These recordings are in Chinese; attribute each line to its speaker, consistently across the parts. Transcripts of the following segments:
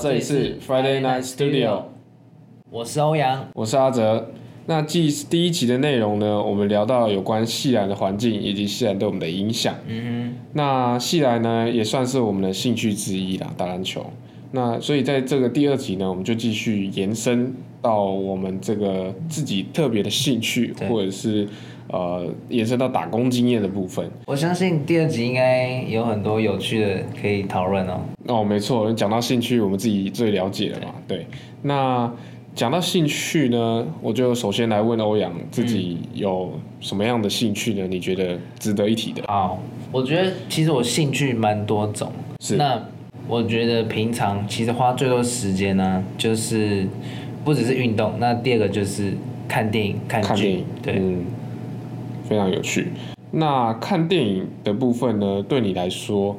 Speaker 1: 这里是 Friday Night Studio，
Speaker 2: 我是欧阳，
Speaker 1: 我是阿哲。那继第一集的内容呢，我们聊到有关细兰的环境以及细兰对我们的影响。
Speaker 2: 嗯
Speaker 1: 那细兰呢，也算是我们的兴趣之一啦，打篮球。那所以在这个第二集呢，我们就继续延伸到我们这个自己特别的兴趣，
Speaker 2: 对
Speaker 1: 或者是呃延伸到打工经验的部分。
Speaker 2: 哼，我相信第二集应该有很多有趣的可以讨论哦。
Speaker 1: 哦，没错，讲到兴趣，我们自己最了解了嘛。对，那讲到兴趣呢，我就首先来问欧阳自己
Speaker 2: 嗯
Speaker 1: 有什么样的兴趣呢？你觉得值得一提的？
Speaker 2: 好，我觉得其实我兴趣蛮多种，
Speaker 1: 是
Speaker 2: 那我觉得平常其实花最多时间呢、就是不只是运动，那第二个就是看电影、看剧，
Speaker 1: 看电影，
Speaker 2: 对。
Speaker 1: 嗯，非常有趣。那看电影的部分呢，对你来说，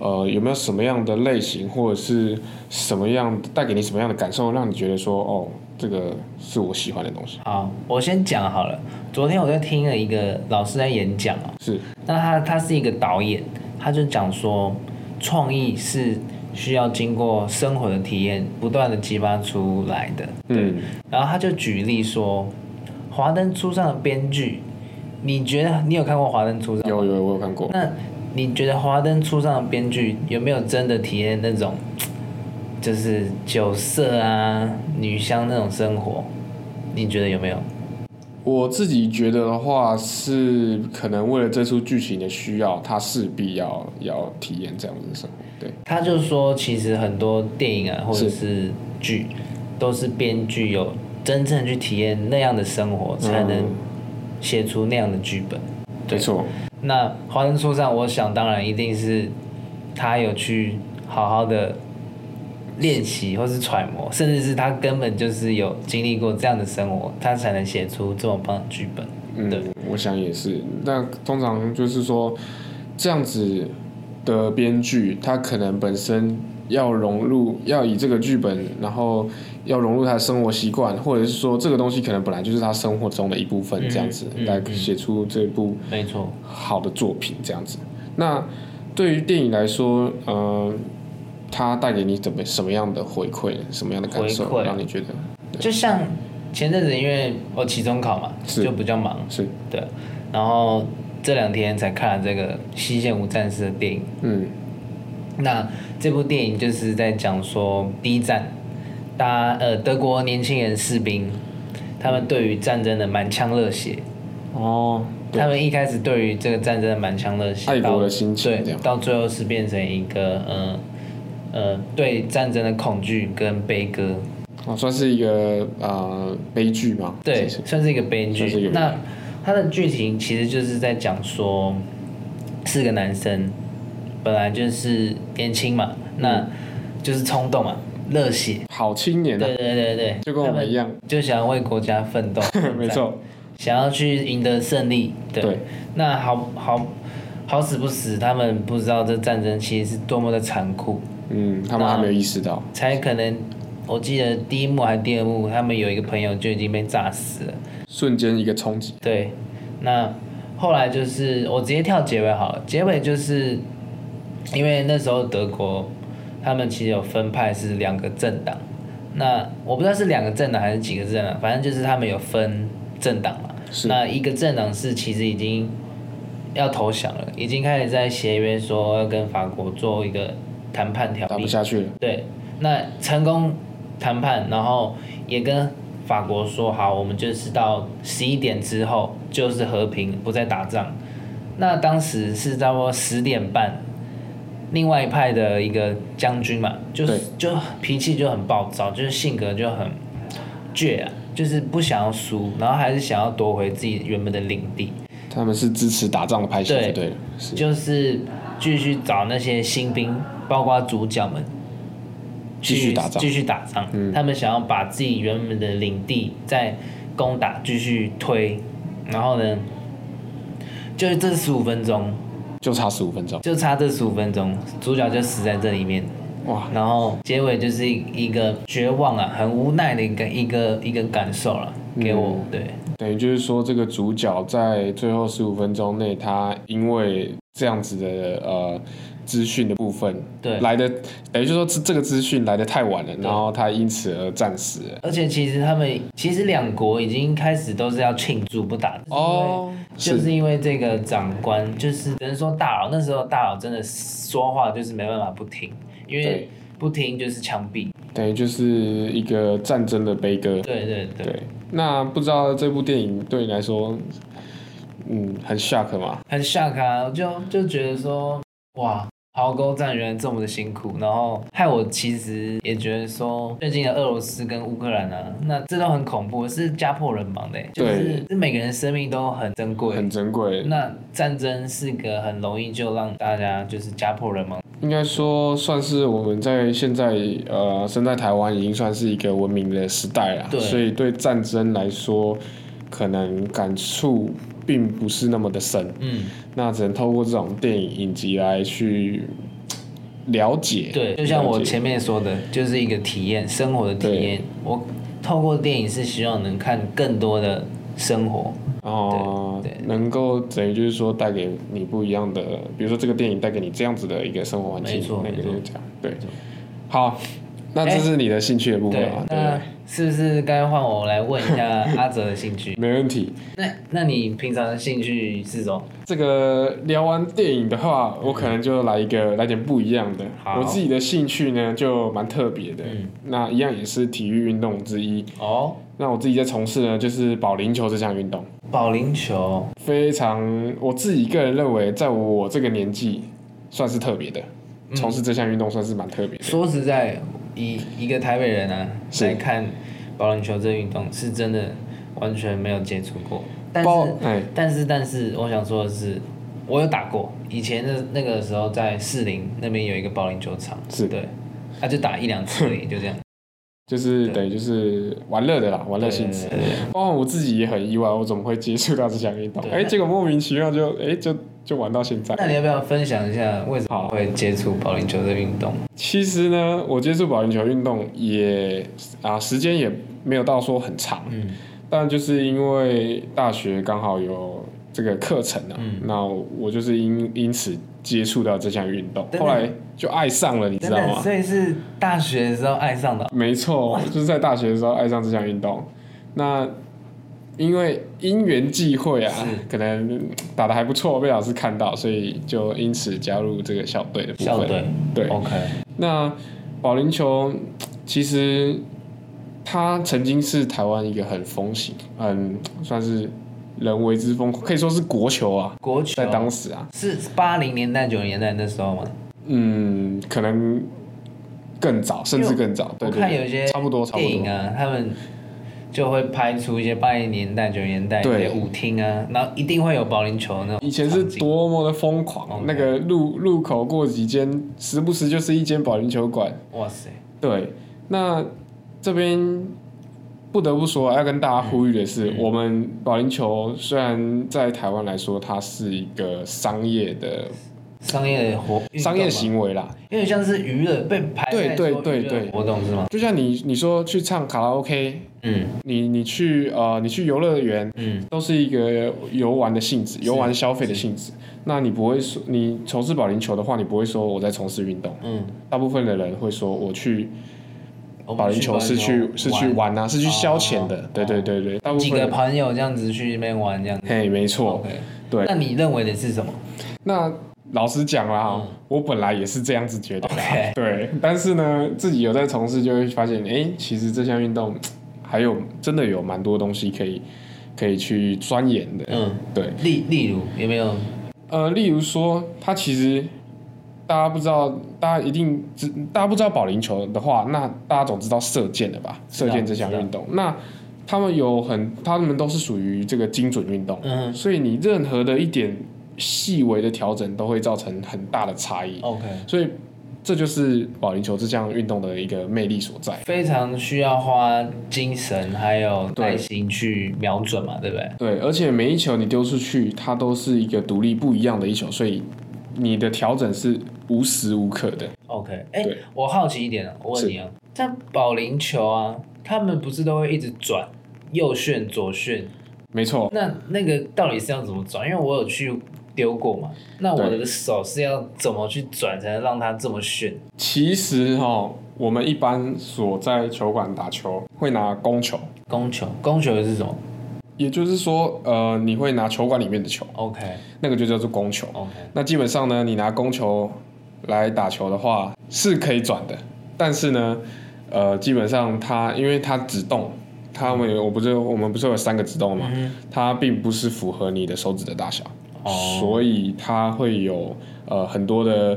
Speaker 1: 呃，有没有什么样的类型，或者是什么样带给你什么样的感受，让你觉得说，哦，这个是我喜欢的东西？
Speaker 2: 好，我先讲好了。昨天我在听了一个老师在演讲哦，
Speaker 1: 是
Speaker 2: 那他他是一个导演，他就讲说，创意是需要经过生活的体验不断的激发出来的。
Speaker 1: 嗯，
Speaker 2: 然后他就举例说，《华灯初上》的编剧，你觉得你有看过《华灯初上》？
Speaker 1: 有有，我有看过。
Speaker 2: 那你觉得《华灯初上》的编剧有没有真的体验那种，就是酒色啊、女香那种生活？你觉得有没有？
Speaker 1: 我自己觉得的话，是可能为了这出剧情的需要，他势必要要体验这样子的生活。对，
Speaker 2: 他就说，其实很多电影啊，或者
Speaker 1: 是
Speaker 2: 是剧，都是编剧有真正去体验那样的生活，才能写出那样的剧本。对
Speaker 1: 没错，
Speaker 2: 那《华灯初上》，我想当然一定是他有去好好的练习，或是揣摩，甚至是他根本就是有经历过这样的生活，他才能写出这么棒的剧本。对
Speaker 1: 嗯，我想也是。但通常就是说，这样子的编剧，他可能本身要融入，要以这个剧本，然后要融入他的生活习惯，或者是说这个东西可能本来就是他生活中的一部分，这样子、
Speaker 2: 嗯嗯
Speaker 1: 来
Speaker 2: 嗯
Speaker 1: 写出这部
Speaker 2: 没错，
Speaker 1: 好的作品这样子。那对于电影来说，呃，它带给你怎么什么样的回馈，什么样的感受，
Speaker 2: 回馈
Speaker 1: 让你觉得
Speaker 2: 就像前阵子因为我期中考嘛，
Speaker 1: 是
Speaker 2: 就比较忙，
Speaker 1: 是
Speaker 2: 对，然后这两天才看了这个《西线无战事》的电影。
Speaker 1: 嗯
Speaker 2: 那这部电影就是在讲说，第一战，大呃德国年轻人士兵，他们对于战争的满腔热血，
Speaker 1: 哦
Speaker 2: 他们一开始对于这个战争的满腔热血，
Speaker 1: 爱国
Speaker 2: 到
Speaker 1: 的心情这
Speaker 2: 对
Speaker 1: 样，
Speaker 2: 到最后是变成一个呃呃对战争的恐惧跟悲歌，
Speaker 1: 哦，算是一个呃悲剧嘛，
Speaker 2: 对，
Speaker 1: 是
Speaker 2: 算是一个悲
Speaker 1: 算是一
Speaker 2: 剧
Speaker 1: 个。
Speaker 2: 那它的剧情其实就是在讲说，四个男生本来就是年轻嘛，
Speaker 1: 嗯
Speaker 2: 那就是冲动嘛，热血，
Speaker 1: 好青年啊，
Speaker 2: 对对对对，
Speaker 1: 就跟我
Speaker 2: 他
Speaker 1: 们一样，，
Speaker 2: 就想要为国家奋斗
Speaker 1: 没，错，
Speaker 2: 想要去赢得胜利，对。
Speaker 1: 对
Speaker 2: 那好好好死不死，他们不知道这战争其实是多么的残酷，
Speaker 1: 嗯，他们还没有意识到，
Speaker 2: 才可能。我记得第一幕还是第二幕，他们有一个朋友就已经被炸死了。
Speaker 1: 瞬间一个冲击，
Speaker 2: 对，那后来就是我直接跳结尾好了，结尾就是因为那时候德国他们其实有分派是两个政党，那我不知道是两个政党还是几个政党，反正就是他们有分政党嘛。
Speaker 1: 是
Speaker 2: 那一个政党是其实已经要投降了，已经开始在协约说要跟法国做一个谈判条
Speaker 1: 打
Speaker 2: 例
Speaker 1: 不。下去了，
Speaker 2: 对，那成功谈判，然后也跟法国说好，我们就是到十一点之后就是和平，不再打仗。那当时是差不多十点半，另外一派的一个将军嘛，就是就脾气就很暴躁，就是性格就很倔啊，就是不想要输，然后还是想要夺回自己原本的领地。
Speaker 1: 他们是支持打仗的派系，
Speaker 2: 对
Speaker 1: 就对了，是
Speaker 2: 就是继续找那些新兵，包括主角们，
Speaker 1: 继续打仗嗯
Speaker 2: 继续打仗。他们想要把自己原本的领地再攻打，继续推。然后呢，就是这十五分钟，
Speaker 1: 就差十五分钟，
Speaker 2: 就差这十五分钟，主角就死在这里面。
Speaker 1: 哇，
Speaker 2: 然后结尾就是一个绝望啊，很无奈的一个一个一个感受了，给我、
Speaker 1: 嗯
Speaker 2: 对。
Speaker 1: 等于就是说，这个主角在最后十五分钟内，他因为这样子的呃资讯的部分，
Speaker 2: 对
Speaker 1: 来的，等于就是说这这个资讯来的太晚了，然后他因此而战死了。
Speaker 2: 而且其实他们其实两国已经开始都是要庆祝不打，
Speaker 1: 哦，
Speaker 2: 就是因为就是因为这个长官就是只能说大佬那时候大佬真的说话就是没办法不听，因为
Speaker 1: 对
Speaker 2: 不听就是枪毙。
Speaker 1: 等于就是一个战争的悲歌。
Speaker 2: 对对对，
Speaker 1: 对，那不知道这部电影对你来说，嗯，很 shock 吗？
Speaker 2: 很 shock 啊，就就觉得说哇。壕沟战原来这么的辛苦，然后害我其实也觉得说，最近的俄罗斯跟乌克兰啊，那这都很恐怖，是家破人亡的欸，就是
Speaker 1: 对
Speaker 2: 是每个人生命都很珍贵，
Speaker 1: 很珍贵，
Speaker 2: 那战争是个很容易就让大家就是家破人亡，
Speaker 1: 应该说算是我们在现在呃身在台湾已经算是一个文明的时代了
Speaker 2: 对，
Speaker 1: 所以对战争来说，可能感触并不是那么的深，
Speaker 2: 嗯，
Speaker 1: 那只能透过这种电影影集来去嘖了解。
Speaker 2: 对，就像我
Speaker 1: 了解
Speaker 2: 前面说的，就是一个体验，生活的体验。我透过电影是希望能看更多的生活，
Speaker 1: 哦、
Speaker 2: 对对
Speaker 1: 能够等于就是说带给你不一样的，比如说这个电影带给你这样子的一个生活环境，
Speaker 2: 没错
Speaker 1: 那个就
Speaker 2: 没
Speaker 1: 是
Speaker 2: 错
Speaker 1: 这样。对
Speaker 2: 错，
Speaker 1: 好，那这
Speaker 2: 哎
Speaker 1: 是你的兴趣的部分
Speaker 2: 对
Speaker 1: 啊，，对
Speaker 2: 那是不是该换我来问一下 阿哲的兴趣？
Speaker 1: 没问题。
Speaker 2: 那那你平常的兴趣是什么？
Speaker 1: 这个聊完电影的话，我可能就来一个来点不一样的。
Speaker 2: 好
Speaker 1: 我自己的兴趣呢就蛮特别的，
Speaker 2: 嗯
Speaker 1: 那一样也是体育运动之一。
Speaker 2: 哦，
Speaker 1: 那我自己在从事呢就是保龄球这项运动，
Speaker 2: 保龄球，
Speaker 1: 非常我自己个人认为，在我这个年纪算是特别的，
Speaker 2: 嗯
Speaker 1: 从事这项运动算是蛮特别的。
Speaker 2: 说实在，以一个台北人啊
Speaker 1: 是
Speaker 2: 来看保龄球这个运动，是真的完全没有接触过。但
Speaker 1: 包
Speaker 2: 是，
Speaker 1: 哎
Speaker 2: 但是，但是，我想说的是，我有打过。以前的那个时候，在士林那边有一个保龄球场，
Speaker 1: 是
Speaker 2: 对，他、就打一两次而已，就这样。
Speaker 1: 就是
Speaker 2: 对
Speaker 1: 等于就是玩乐的啦，玩乐性质。
Speaker 2: 对对对
Speaker 1: 包括我自己也很意外，我怎么会接触到这项运动？
Speaker 2: 对
Speaker 1: 哎、结果莫名其妙就哎、就就玩到现在。
Speaker 2: 那你要不要分享一下为什么会接触保龄球这个运动？
Speaker 1: 其实呢，我接触保龄球运动也啊，时间也没有到说很长，
Speaker 2: 嗯，
Speaker 1: 但就是因为大学刚好有这个课程啊，
Speaker 2: 嗯
Speaker 1: 那我就是因因此接触到这项运动，
Speaker 2: 真的
Speaker 1: 后来就爱上了，你知
Speaker 2: 真
Speaker 1: 道啊
Speaker 2: 的，
Speaker 1: 吗？
Speaker 2: 所以是大学的时候爱上的哦。
Speaker 1: 没错，就是在大学的时候爱上这项运动。那因为因缘际会啊，可能打的还不错，被老师看到，所以就因此加入这个校队的部分。
Speaker 2: 校队，
Speaker 1: 对
Speaker 2: ，OK，
Speaker 1: 那保龄球其实它曾经是台湾一个很风行，很算是人为之风，可以说是国球啊，
Speaker 2: 国球
Speaker 1: 在当时啊，
Speaker 2: 是八零年代、九零年代那时候吗？
Speaker 1: 嗯，可能更早，甚至更早，对
Speaker 2: 我
Speaker 1: 对
Speaker 2: 看
Speaker 1: 对，
Speaker 2: 有些
Speaker 1: 差不多差不
Speaker 2: 电
Speaker 1: 多
Speaker 2: 影，啊，他们就会拍出一些八零年代、九零年代
Speaker 1: 对
Speaker 2: 的舞厅啊，然后一定会有保龄球那种。
Speaker 1: 以前是多么的疯
Speaker 2: 场
Speaker 1: 狂
Speaker 2: 景，
Speaker 1: 那个路路口过几间，时不时就是一间保龄球馆，
Speaker 2: 哇塞，
Speaker 1: 对，那这边不得不说，要跟大家呼吁的是，
Speaker 2: 嗯
Speaker 1: 我们保龄球虽然在台湾来说，它是一个商业的
Speaker 2: 商业活运动嘛
Speaker 1: 商业，行为啦，
Speaker 2: 有点像是娱乐被排在
Speaker 1: 对对
Speaker 2: 说
Speaker 1: 对
Speaker 2: 娱乐
Speaker 1: 对
Speaker 2: 活动是吗？
Speaker 1: 就像你你说去唱卡拉 OK，
Speaker 2: 嗯
Speaker 1: 你你去呃你去游乐园。
Speaker 2: 嗯，
Speaker 1: 都是一个游玩的性质，游玩消费的性质。那你不会说，你从事保龄球的话，你不会说我在从事运动。
Speaker 2: 嗯，
Speaker 1: 大部分的人会说我去
Speaker 2: 哦我们
Speaker 1: 保龄球是去是去
Speaker 2: 玩
Speaker 1: 玩啊，是去消遣的。
Speaker 2: 哦
Speaker 1: 对对对对，大部
Speaker 2: 几
Speaker 1: 分
Speaker 2: 个
Speaker 1: 人
Speaker 2: 朋友这样子去那边玩这样子。
Speaker 1: 嘿，没错。
Speaker 2: OK，
Speaker 1: 对
Speaker 2: 那你认为的是什么
Speaker 1: 那老实讲啦，
Speaker 2: 嗯
Speaker 1: 我本来也是这样子觉得啦。
Speaker 2: ？OK，
Speaker 1: 对，但是呢，自己有在从事，就会发现，哎、其实这项运动还有真的有蛮多东西可以可以去钻研的。
Speaker 2: 嗯，
Speaker 1: 对，
Speaker 2: 例例如有没有？
Speaker 1: 呃，例如说，它其实大家不知道，大家一定知，大家不知道保龄球的话，那大家总知道射箭的吧？
Speaker 2: 知道
Speaker 1: 射箭这项运动，那他们有很，他们都是属于这个精准运动，
Speaker 2: 嗯
Speaker 1: 所以你任何的一点细微的调整都会造成很大的差异，
Speaker 2: ，OK，
Speaker 1: 所以这就是保龄球这项运动的一个魅力所在。
Speaker 2: 非常需要花精神还有
Speaker 1: 对
Speaker 2: 耐心去瞄准嘛，对不对？
Speaker 1: 对，而且每一球你丢出去，它都是一个独立不一样的一球，所以你的调整是无时无刻的。
Speaker 2: OK，哎、
Speaker 1: 对
Speaker 2: 我好奇一点啊，我问你啊，像保龄球啊，他们不是都会一直转右旋、左旋？
Speaker 1: 没错，
Speaker 2: 那那个到底是要怎么转？因为我有去丢过嘛，那我的手是要怎么去转才能让它这么旋？
Speaker 1: 其实哈、我们一般所在球馆打球会拿攻球，
Speaker 2: 攻球，攻球是什么
Speaker 1: 也就是说，呃，你会拿球馆里面的球，
Speaker 2: ？OK
Speaker 1: 那个就叫做攻球。
Speaker 2: OK，
Speaker 1: 那基本上呢，你拿攻球来打球的话是可以转的，但是呢，呃，基本上它因为它只动，它们有我不是我们不是有三个指动吗？
Speaker 2: 嗯
Speaker 1: 它并不是符合你的手指的大小，
Speaker 2: 哦
Speaker 1: 所以它会有呃很多的，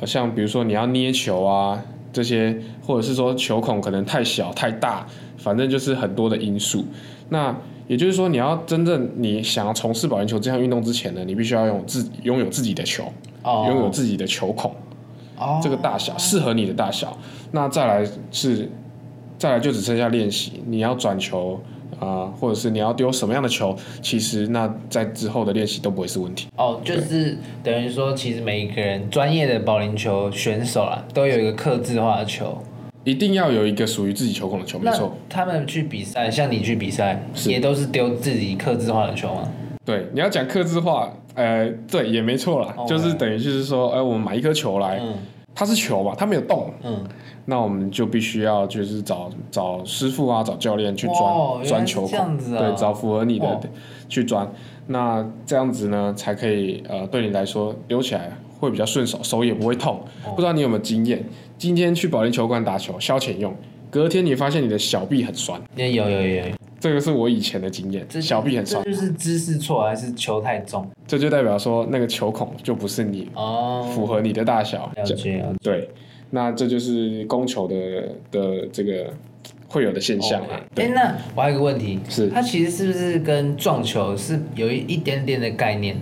Speaker 1: 呃像比如说你要捏球啊这些，或者是说球孔可能太小太大，反正就是很多的因素。那也就是说，你要真正你想要从事保龄球这项运动之前呢，你必须要拥有自拥有自己的球，
Speaker 2: 哦
Speaker 1: 拥有自己的球孔，
Speaker 2: 哦
Speaker 1: 这个大小适合你的大小。那再来是，再来就只剩下练习，你要转球啊、呃或者是你要丢什么样的球，其实那在之后的练习都不会是问题。
Speaker 2: 哦，就是等于说，其实每一个人专业的保龄球选手啊，都有一个克制化的球。
Speaker 1: 一定要有一个属于自己球孔的球，没
Speaker 2: 那
Speaker 1: 错。
Speaker 2: 他们去比赛，像你去比赛，
Speaker 1: 是
Speaker 2: 也都是丢自己克制化的球吗？
Speaker 1: 对，你要讲克制化，呃，对，也没错啦
Speaker 2: OK
Speaker 1: 就是等于就是说，哎、我们买一颗球来，
Speaker 2: 哦嗯
Speaker 1: 它是球嘛，它没有动，
Speaker 2: 嗯，
Speaker 1: 那我们就必须要就是找找师傅啊，找教练去
Speaker 2: 哇哦原
Speaker 1: 钻
Speaker 2: 来
Speaker 1: 钻
Speaker 2: 是
Speaker 1: 球
Speaker 2: 这
Speaker 1: 孔，
Speaker 2: 样子啊
Speaker 1: 对，找符合你的、
Speaker 2: 哦
Speaker 1: 去钻。那这样子呢，才可以呃，对你来说丢起来会比较顺手，手也不会痛。
Speaker 2: 哦
Speaker 1: 不知道你有没有经验？今天去保龄球馆打球消遣用，隔天你发现你的小臂很酸，
Speaker 2: 那有有有有，
Speaker 1: 这个是我以前的经验，
Speaker 2: 这
Speaker 1: 小臂很
Speaker 2: 这
Speaker 1: 酸，
Speaker 2: 就是姿势错还是球太重？
Speaker 1: 这就代表说那个球孔就不是你
Speaker 2: 哦，
Speaker 1: 符合你的大小。
Speaker 2: 了
Speaker 1: 这
Speaker 2: 解了解。
Speaker 1: 对，那这就是攻球的的这个会有的现象啊。
Speaker 2: 哎、
Speaker 1: 对，
Speaker 2: 那我还有一个问题，
Speaker 1: 是
Speaker 2: 它其实是不是跟撞球是有一一点点的概念？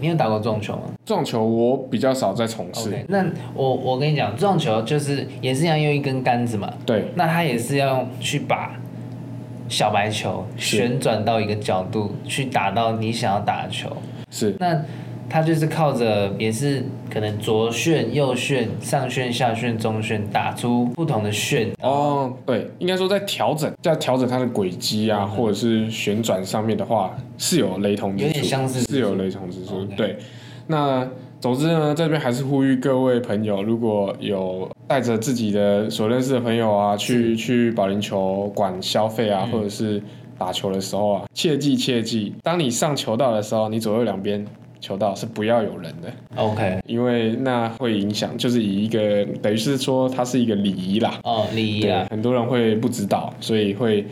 Speaker 2: 你有打过撞球吗？
Speaker 1: 撞球我比较少在从事。
Speaker 2: OK，那我我跟你讲，撞球就是也是一样用一根杆子嘛，
Speaker 1: 对，
Speaker 2: 那他也是要去把小白球
Speaker 1: 是
Speaker 2: 旋转到一个角度去打到你想要打的球。
Speaker 1: 是
Speaker 2: 那他就是靠着也是可能左旋、右旋、上旋、下旋、中旋打出不同的旋。
Speaker 1: 哦，对，应该说在调整，在调整它的轨迹
Speaker 2: 嗯
Speaker 1: 啊，或者是旋转上面的话，是有雷同之
Speaker 2: 有
Speaker 1: 处，
Speaker 2: 点相似之处
Speaker 1: 是有雷同之处
Speaker 2: OK。
Speaker 1: 对，那总之呢，这边还是呼吁各位朋友，如果有带着自己的所认识的朋友啊，去去保龄球馆消费啊，
Speaker 2: 嗯
Speaker 1: 或者是打球的时候啊，切记切记，当你上球道的时候，你左右两边球道是不要有人的。
Speaker 2: OK，
Speaker 1: 因为那会影响，就是以一个等于是说它是一个礼仪啦，
Speaker 2: 哦，礼仪
Speaker 1: 对，
Speaker 2: 啦。
Speaker 1: 很多人会不知道，所以会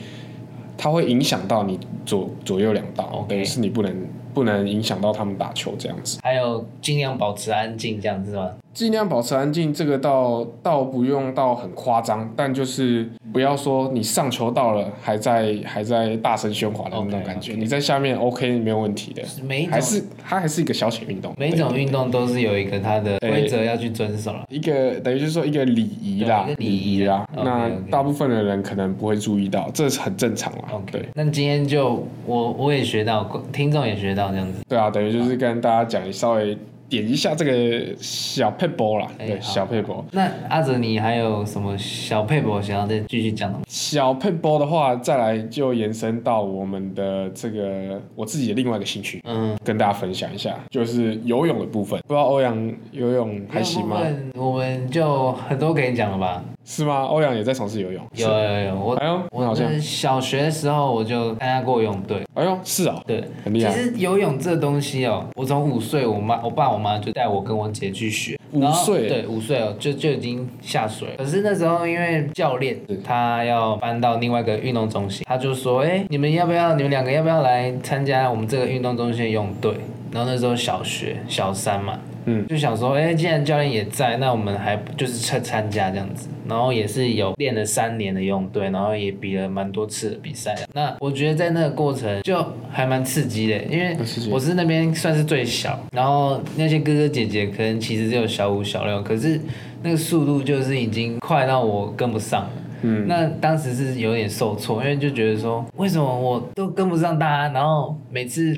Speaker 1: 它会影响到你左左右两道
Speaker 2: OK，
Speaker 1: 等于是你不能不能影响到他们打球这样子，
Speaker 2: 还有尽量保持安静，这样子吗？
Speaker 1: 尽量保持安静，这个倒倒不用到很夸张，但就是不要说你上球到了还在还在大声喧哗的那种
Speaker 2: OK，
Speaker 1: 感觉你在下面 OK 没有问题的，
Speaker 2: 每一种
Speaker 1: 还是它还是一个消遣运动，
Speaker 2: 每一
Speaker 1: 对
Speaker 2: 种运动都是有一个它的
Speaker 1: 对
Speaker 2: 规则要去遵守了。
Speaker 1: 一个等于就是说一个礼仪啦
Speaker 2: 对一，个礼
Speaker 1: 礼
Speaker 2: 仪
Speaker 1: 仪啦。
Speaker 2: OK，
Speaker 1: 那
Speaker 2: OK
Speaker 1: 大部分的人可能不会注意到，这是很正常啦。对
Speaker 2: OK，那今天就我我也学到，听众也学到这样子。
Speaker 1: 对啊，等于就是跟大家讲，稍微点一下这个小 p e b 啦，
Speaker 2: 哎
Speaker 1: 对，
Speaker 2: 好
Speaker 1: 小 p e b
Speaker 2: 那阿哲，你还有什么小佩博想要再继续讲的吗？
Speaker 1: 小 p e b 的话，再来就延伸到我们的这个我自己的另外一个兴趣，
Speaker 2: 嗯，
Speaker 1: 跟大家分享一下，就是游泳的部分。不知道欧阳游泳还行吗
Speaker 2: 这？个部分我们就很多可以讲了吧？
Speaker 1: 是吗？欧阳也在从事游泳。
Speaker 2: 有有有，我
Speaker 1: 哎呦，
Speaker 2: 我
Speaker 1: 那好像，
Speaker 2: 是小学的时候我就参加过游泳队，
Speaker 1: 哎呦，是啊，
Speaker 2: 对。
Speaker 1: 很厉
Speaker 2: 其
Speaker 1: 害。
Speaker 2: 实游泳这东西哦，我从五岁，我妈、我爸、我妈就带我跟我姐去学。
Speaker 1: 五
Speaker 2: 然后
Speaker 1: 岁
Speaker 2: 对，五岁哦，就就已经下水了。可是那时候因为教练他要搬到另外一个运动中心，他就说：“哎、你们要不要？你们两个要不要来参加我们这个运动中心的游泳队？”然后那时候小学小三嘛，
Speaker 1: 嗯，
Speaker 2: 就想说：“哎、既然教练也在，那我们还就是参参加这样子。”然后也是有练了三年的游泳队，然后也比了蛮多次的比赛的。那我觉得在那个过程就还蛮刺激的，因为
Speaker 1: 很刺激
Speaker 2: 我是那边算是最小，然后那些哥哥姐姐可能其实只有小五、小六，可是那个速度就是已经快到我跟不上了。
Speaker 1: 嗯，
Speaker 2: 那当时是有点受挫，因为就觉得说，为什么我都跟不上大家，然后每次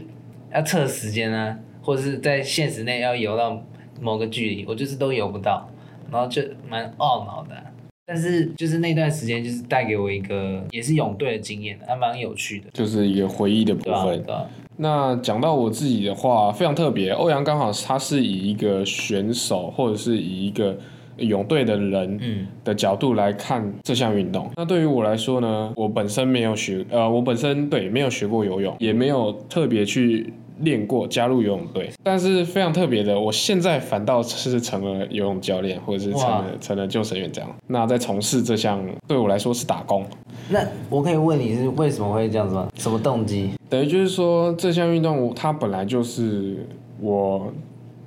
Speaker 2: 要测时间啊，或者是在限时内要游到某个距离，我就是都游不到，然后就蛮懊恼的啊、但是就是那段时间，就是带给我一个也是泳队的经验，还蛮有趣的，
Speaker 1: 就是一个回忆的部
Speaker 2: 对吧、
Speaker 1: 分。
Speaker 2: 对啊
Speaker 1: 那讲到我自己的话，非常特别。欧阳刚好他是以一个选手，或者是以一个泳队的人
Speaker 2: 嗯
Speaker 1: 的角度来看这项运动。那对于我来说呢，我本身没有学，呃，我本身对没有学过游泳，也没有特别去练过加入游泳队。但是非常特别的，我现在反倒是成了游泳教练，或者是成
Speaker 2: 哇
Speaker 1: 了成了救生员这样。那在从事这项对我来说是打工。
Speaker 2: 那我可以问你是为什么会这样子吗？什么动机？
Speaker 1: 等于就是说，这项运动它本来就是我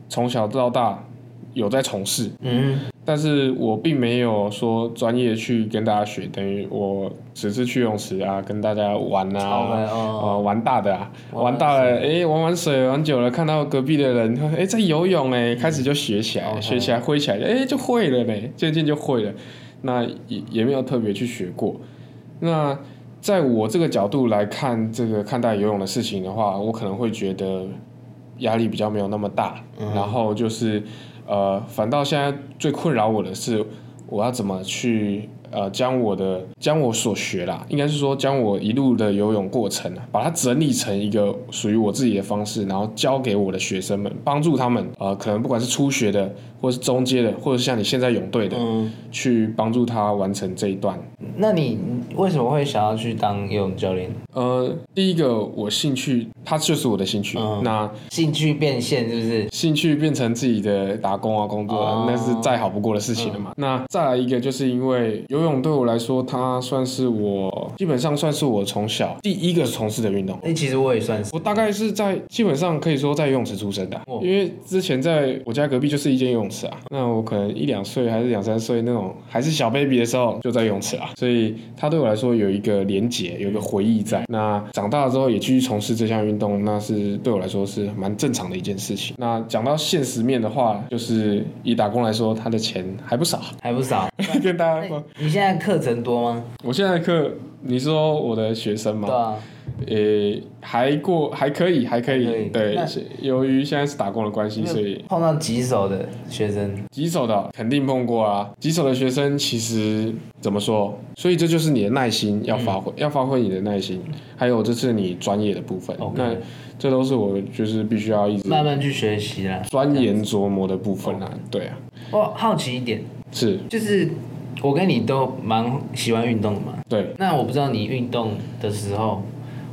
Speaker 1: 从小到大有在从事，
Speaker 2: 嗯，
Speaker 1: 但是我并没有说专业去跟大家学，等于我只是去泳池啊，跟大家玩
Speaker 2: 好
Speaker 1: 啊。
Speaker 2: 的哦，
Speaker 1: 呃，玩大的啊，
Speaker 2: 玩
Speaker 1: 玩大了，诶，玩玩水玩久了，看到隔壁的人，诶，在游泳诶，开始就学起来，
Speaker 2: OK
Speaker 1: 学起来挥起来，诶，就会了呢，渐渐就会了。那也也没有特别去学过。那在我这个角度来看这个看待游泳的事情的话，我可能会觉得压力比较没有那么大，然后就是呃，反倒现在最困扰我的是，我要怎么去呃将我的将我所学啦，应该是说将我一路的游泳过程啊，把它整理成一个属于我自己的方式，然后教给我的学生们，帮助他们呃，可能不管是初学的，或是中阶的，或者是像你现在泳队的，
Speaker 2: 嗯，
Speaker 1: 去帮助他完成这一段
Speaker 2: 那你为什么会想要去当游泳教练？
Speaker 1: 呃，第一个我兴趣，它就是我的兴趣。
Speaker 2: 嗯
Speaker 1: 那
Speaker 2: 兴趣变现是不是？
Speaker 1: 兴趣变成自己的打工啊、工作啊，
Speaker 2: 哦
Speaker 1: 那是再好不过的事情了嘛。那再来一个，就是因为游泳对我来说，它算是我基本上算是我从小第一个从事的运动。
Speaker 2: 那、其实我也算是，
Speaker 1: 我大概是在基本上可以说在游泳池出生的啊，
Speaker 2: 哦
Speaker 1: 因为之前在我家隔壁就是一间游泳池啊。那我可能一两岁还是两三岁那种还是小 baby 的时候就在游泳池啊，所以它对我来说有一个连结，有一个回忆在。那长大了之后也继续从事这项运动，那是对我来说是蛮正常的一件事情。那讲到现实面的话，就是以打工来说，他的钱还不少，
Speaker 2: 还不少。
Speaker 1: 跟大家
Speaker 2: 那
Speaker 1: 说，
Speaker 2: 你现在课程多吗？
Speaker 1: 我现在的课，你说我的学生吗
Speaker 2: 对？啊，
Speaker 1: 诶，呃还过还可以，还可以。
Speaker 2: 还可以那
Speaker 1: 对，是由于现在是打工的关系，所以
Speaker 2: 碰到棘手的学生，
Speaker 1: 棘手的肯定碰过啊。棘手的学生其实怎么说？所以这就是你的耐心要
Speaker 2: 嗯
Speaker 1: 发挥，要发挥你的耐心，还有这是你专业的部分。
Speaker 2: OK
Speaker 1: 那这都是我就是必须要一直
Speaker 2: 慢慢去学习啦。
Speaker 1: 钻研琢磨的部分
Speaker 2: 哦
Speaker 1: 啊。对啊，
Speaker 2: 我好奇一点，
Speaker 1: 是
Speaker 2: 就是我跟你都蛮喜欢运动的嘛。
Speaker 1: 对。
Speaker 2: 那我不知道你运动的时候，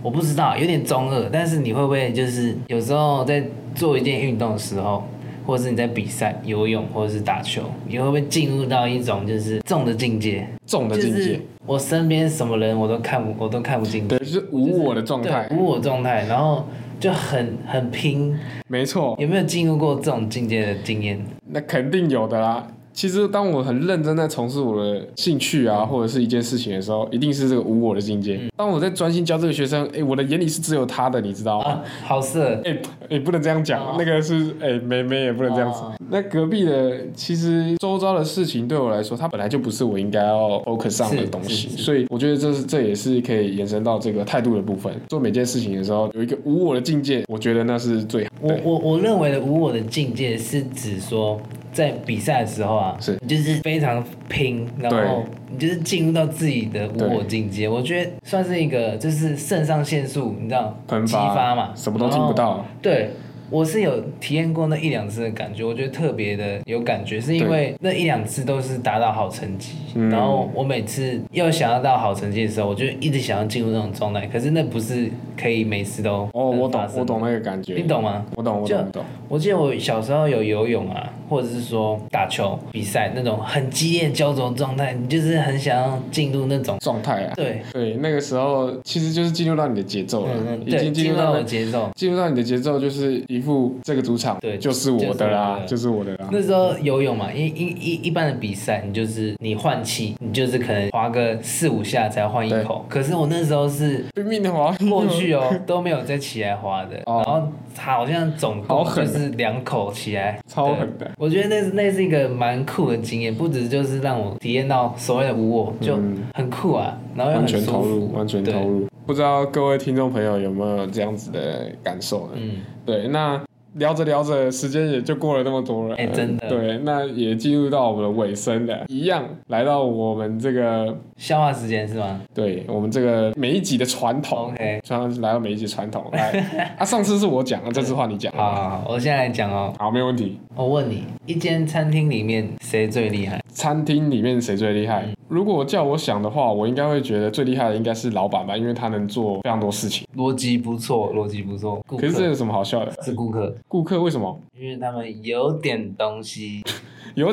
Speaker 2: 我不知道有点中二，但是你会不会就是有时候在做一件运动的时候，或者是你在比赛、游泳或者是打球，你会不会进入到一种就是重的境界？
Speaker 1: 重的
Speaker 2: 就
Speaker 1: 境界
Speaker 2: 是，我身边什么人我都看不，我都看不进去
Speaker 1: 对，，就是无我的状态，
Speaker 2: 对无我状态，然后就很很拼。
Speaker 1: 没错。
Speaker 2: 有没有进入过这种境界的经验？
Speaker 1: 那肯定有的啦。其实，当我很认真在从事我的兴趣
Speaker 2: 嗯
Speaker 1: 啊，或者是一件事情的时候，一定是这个无我的境界。当我在专心教这个学生，哎，我的眼里是只有他的，你知道吗？
Speaker 2: 啊，好色，
Speaker 1: 哎、也不能这样讲，
Speaker 2: 哦
Speaker 1: 那个是哎，妹妹也不能这样子。
Speaker 2: 哦
Speaker 1: 那隔壁的，其实周遭的事情对我来说，它本来就不是我应该要 focus 上的
Speaker 2: 是
Speaker 1: 东西，
Speaker 2: 是是
Speaker 1: 所以我觉得这是这也是可以延伸到这个态度的部分。做每件事情的时候，有一个无我的境界，我觉得那是最好的。
Speaker 2: 我我我认为的无我的境界是指说，在比赛的时候啊，
Speaker 1: 是
Speaker 2: 你就是非常拼，然后你就是进入到自己的无我境界。我觉得算是一个就是肾上腺素，你知道，
Speaker 1: 喷
Speaker 2: 激
Speaker 1: 发
Speaker 2: 发嘛，
Speaker 1: 什么都进不
Speaker 2: 然后。
Speaker 1: 到。
Speaker 2: 对。我是有体验过那一两次的感觉，我觉得特别的有感觉，是因
Speaker 1: 对
Speaker 2: 为那一两次都是达到好成绩，
Speaker 1: 嗯
Speaker 2: 然后我每次又想要到好成绩的时候，我就一直想要进入那种状态，可是那不是可以每次都
Speaker 1: 哦，我懂
Speaker 2: 发，生
Speaker 1: 我懂那个感觉。
Speaker 2: 你懂吗？
Speaker 1: 我懂，我
Speaker 2: 就
Speaker 1: 懂，我懂。
Speaker 2: 我记得我小时候有游泳啊，或者是说打球比赛那种很激烈的焦灼状态，你就是很想要进入那种
Speaker 1: 状态啊，
Speaker 2: 对，
Speaker 1: 对，那个时候其实就是进入到你的节奏了，嗯
Speaker 2: 嗯嗯，
Speaker 1: 已
Speaker 2: 对，
Speaker 1: 经
Speaker 2: 进
Speaker 1: 进
Speaker 2: 入
Speaker 1: 入
Speaker 2: 到
Speaker 1: 到
Speaker 2: 我的
Speaker 1: 那
Speaker 2: 节奏。
Speaker 1: 进入到你的节奏，就是一副这个主场
Speaker 2: 对
Speaker 1: 就是我的啦，
Speaker 2: 就
Speaker 1: 就是我的啦。
Speaker 2: 那时候游泳嘛，一一一一般的比赛，你就是你换气，你就是可能划个四五下才换一
Speaker 1: 对
Speaker 2: 口。可是我那时候是
Speaker 1: 拼命的滑，
Speaker 2: 过去哦都没有再起来划的，然
Speaker 1: 嗯哦
Speaker 2: 后好像总
Speaker 1: 好
Speaker 2: 共就
Speaker 1: 狠啊
Speaker 2: 是两口起来，
Speaker 1: 超
Speaker 2: 对
Speaker 1: 狠的。
Speaker 2: 我觉得那是那是一个蛮酷的经验，不只就是让我体验到所谓的无我，就很酷啊，然后又
Speaker 1: 嗯完
Speaker 2: 很
Speaker 1: 全
Speaker 2: 舒
Speaker 1: 投
Speaker 2: 服，
Speaker 1: 入，完全
Speaker 2: 对
Speaker 1: 投入。不知道各位听众朋友有没有这样子的感受呢？
Speaker 2: 嗯，
Speaker 1: 对，那聊着聊着，时间也就过了那么多了。
Speaker 2: 哎真的
Speaker 1: 对，那也进入到我们的尾声了，一样来到我们这个，
Speaker 2: 消化时间是吗
Speaker 1: 对我们这个每一集的传统，
Speaker 2: ？OK，
Speaker 1: 传来到每一集 传统来。啊，上次是我讲，啊，这次换你讲。
Speaker 2: 好好好，我现在来讲哦。
Speaker 1: 好，没有问题。
Speaker 2: 我问你，一间餐厅里面谁最厉害？
Speaker 1: 餐厅里面谁最厉害？
Speaker 2: 嗯
Speaker 1: 如果叫我想的话，我应该会觉得最厉害的应该是老板吧，因为他能做非常多事情。
Speaker 2: 逻辑不错，逻辑不错。顾
Speaker 1: 可是这
Speaker 2: 客
Speaker 1: 有什么好笑的？
Speaker 2: 是顾客，
Speaker 1: 顾客为什么
Speaker 2: 因为他们有点东西，
Speaker 1: 有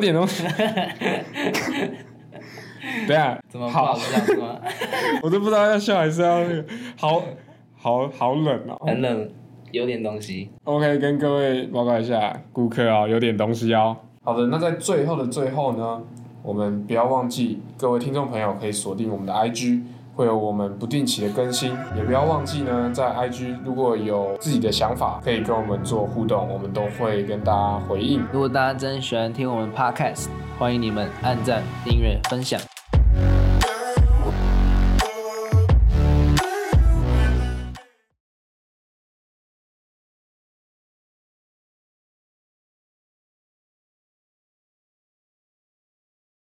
Speaker 1: 点东西？等一下，
Speaker 2: 怎么不
Speaker 1: 好
Speaker 2: 好，笑是 吗？
Speaker 1: 我都不知道要笑还是要那个，好好好冷哦。
Speaker 2: 很冷，有点东西。
Speaker 1: OK，跟各位报告一下，顾客哦，有点东西哦。好的，那在最后的最后呢，我们不要忘记，各位听众朋友可以锁定我们的 IG，会有我们不定期的更新，也不要忘记呢，在 IG 如果有自己的想法，可以跟我们做互动，我们都会跟大家回应。
Speaker 2: 如果大家真喜欢听我们 Podcast，欢迎你们按赞、订阅、分享。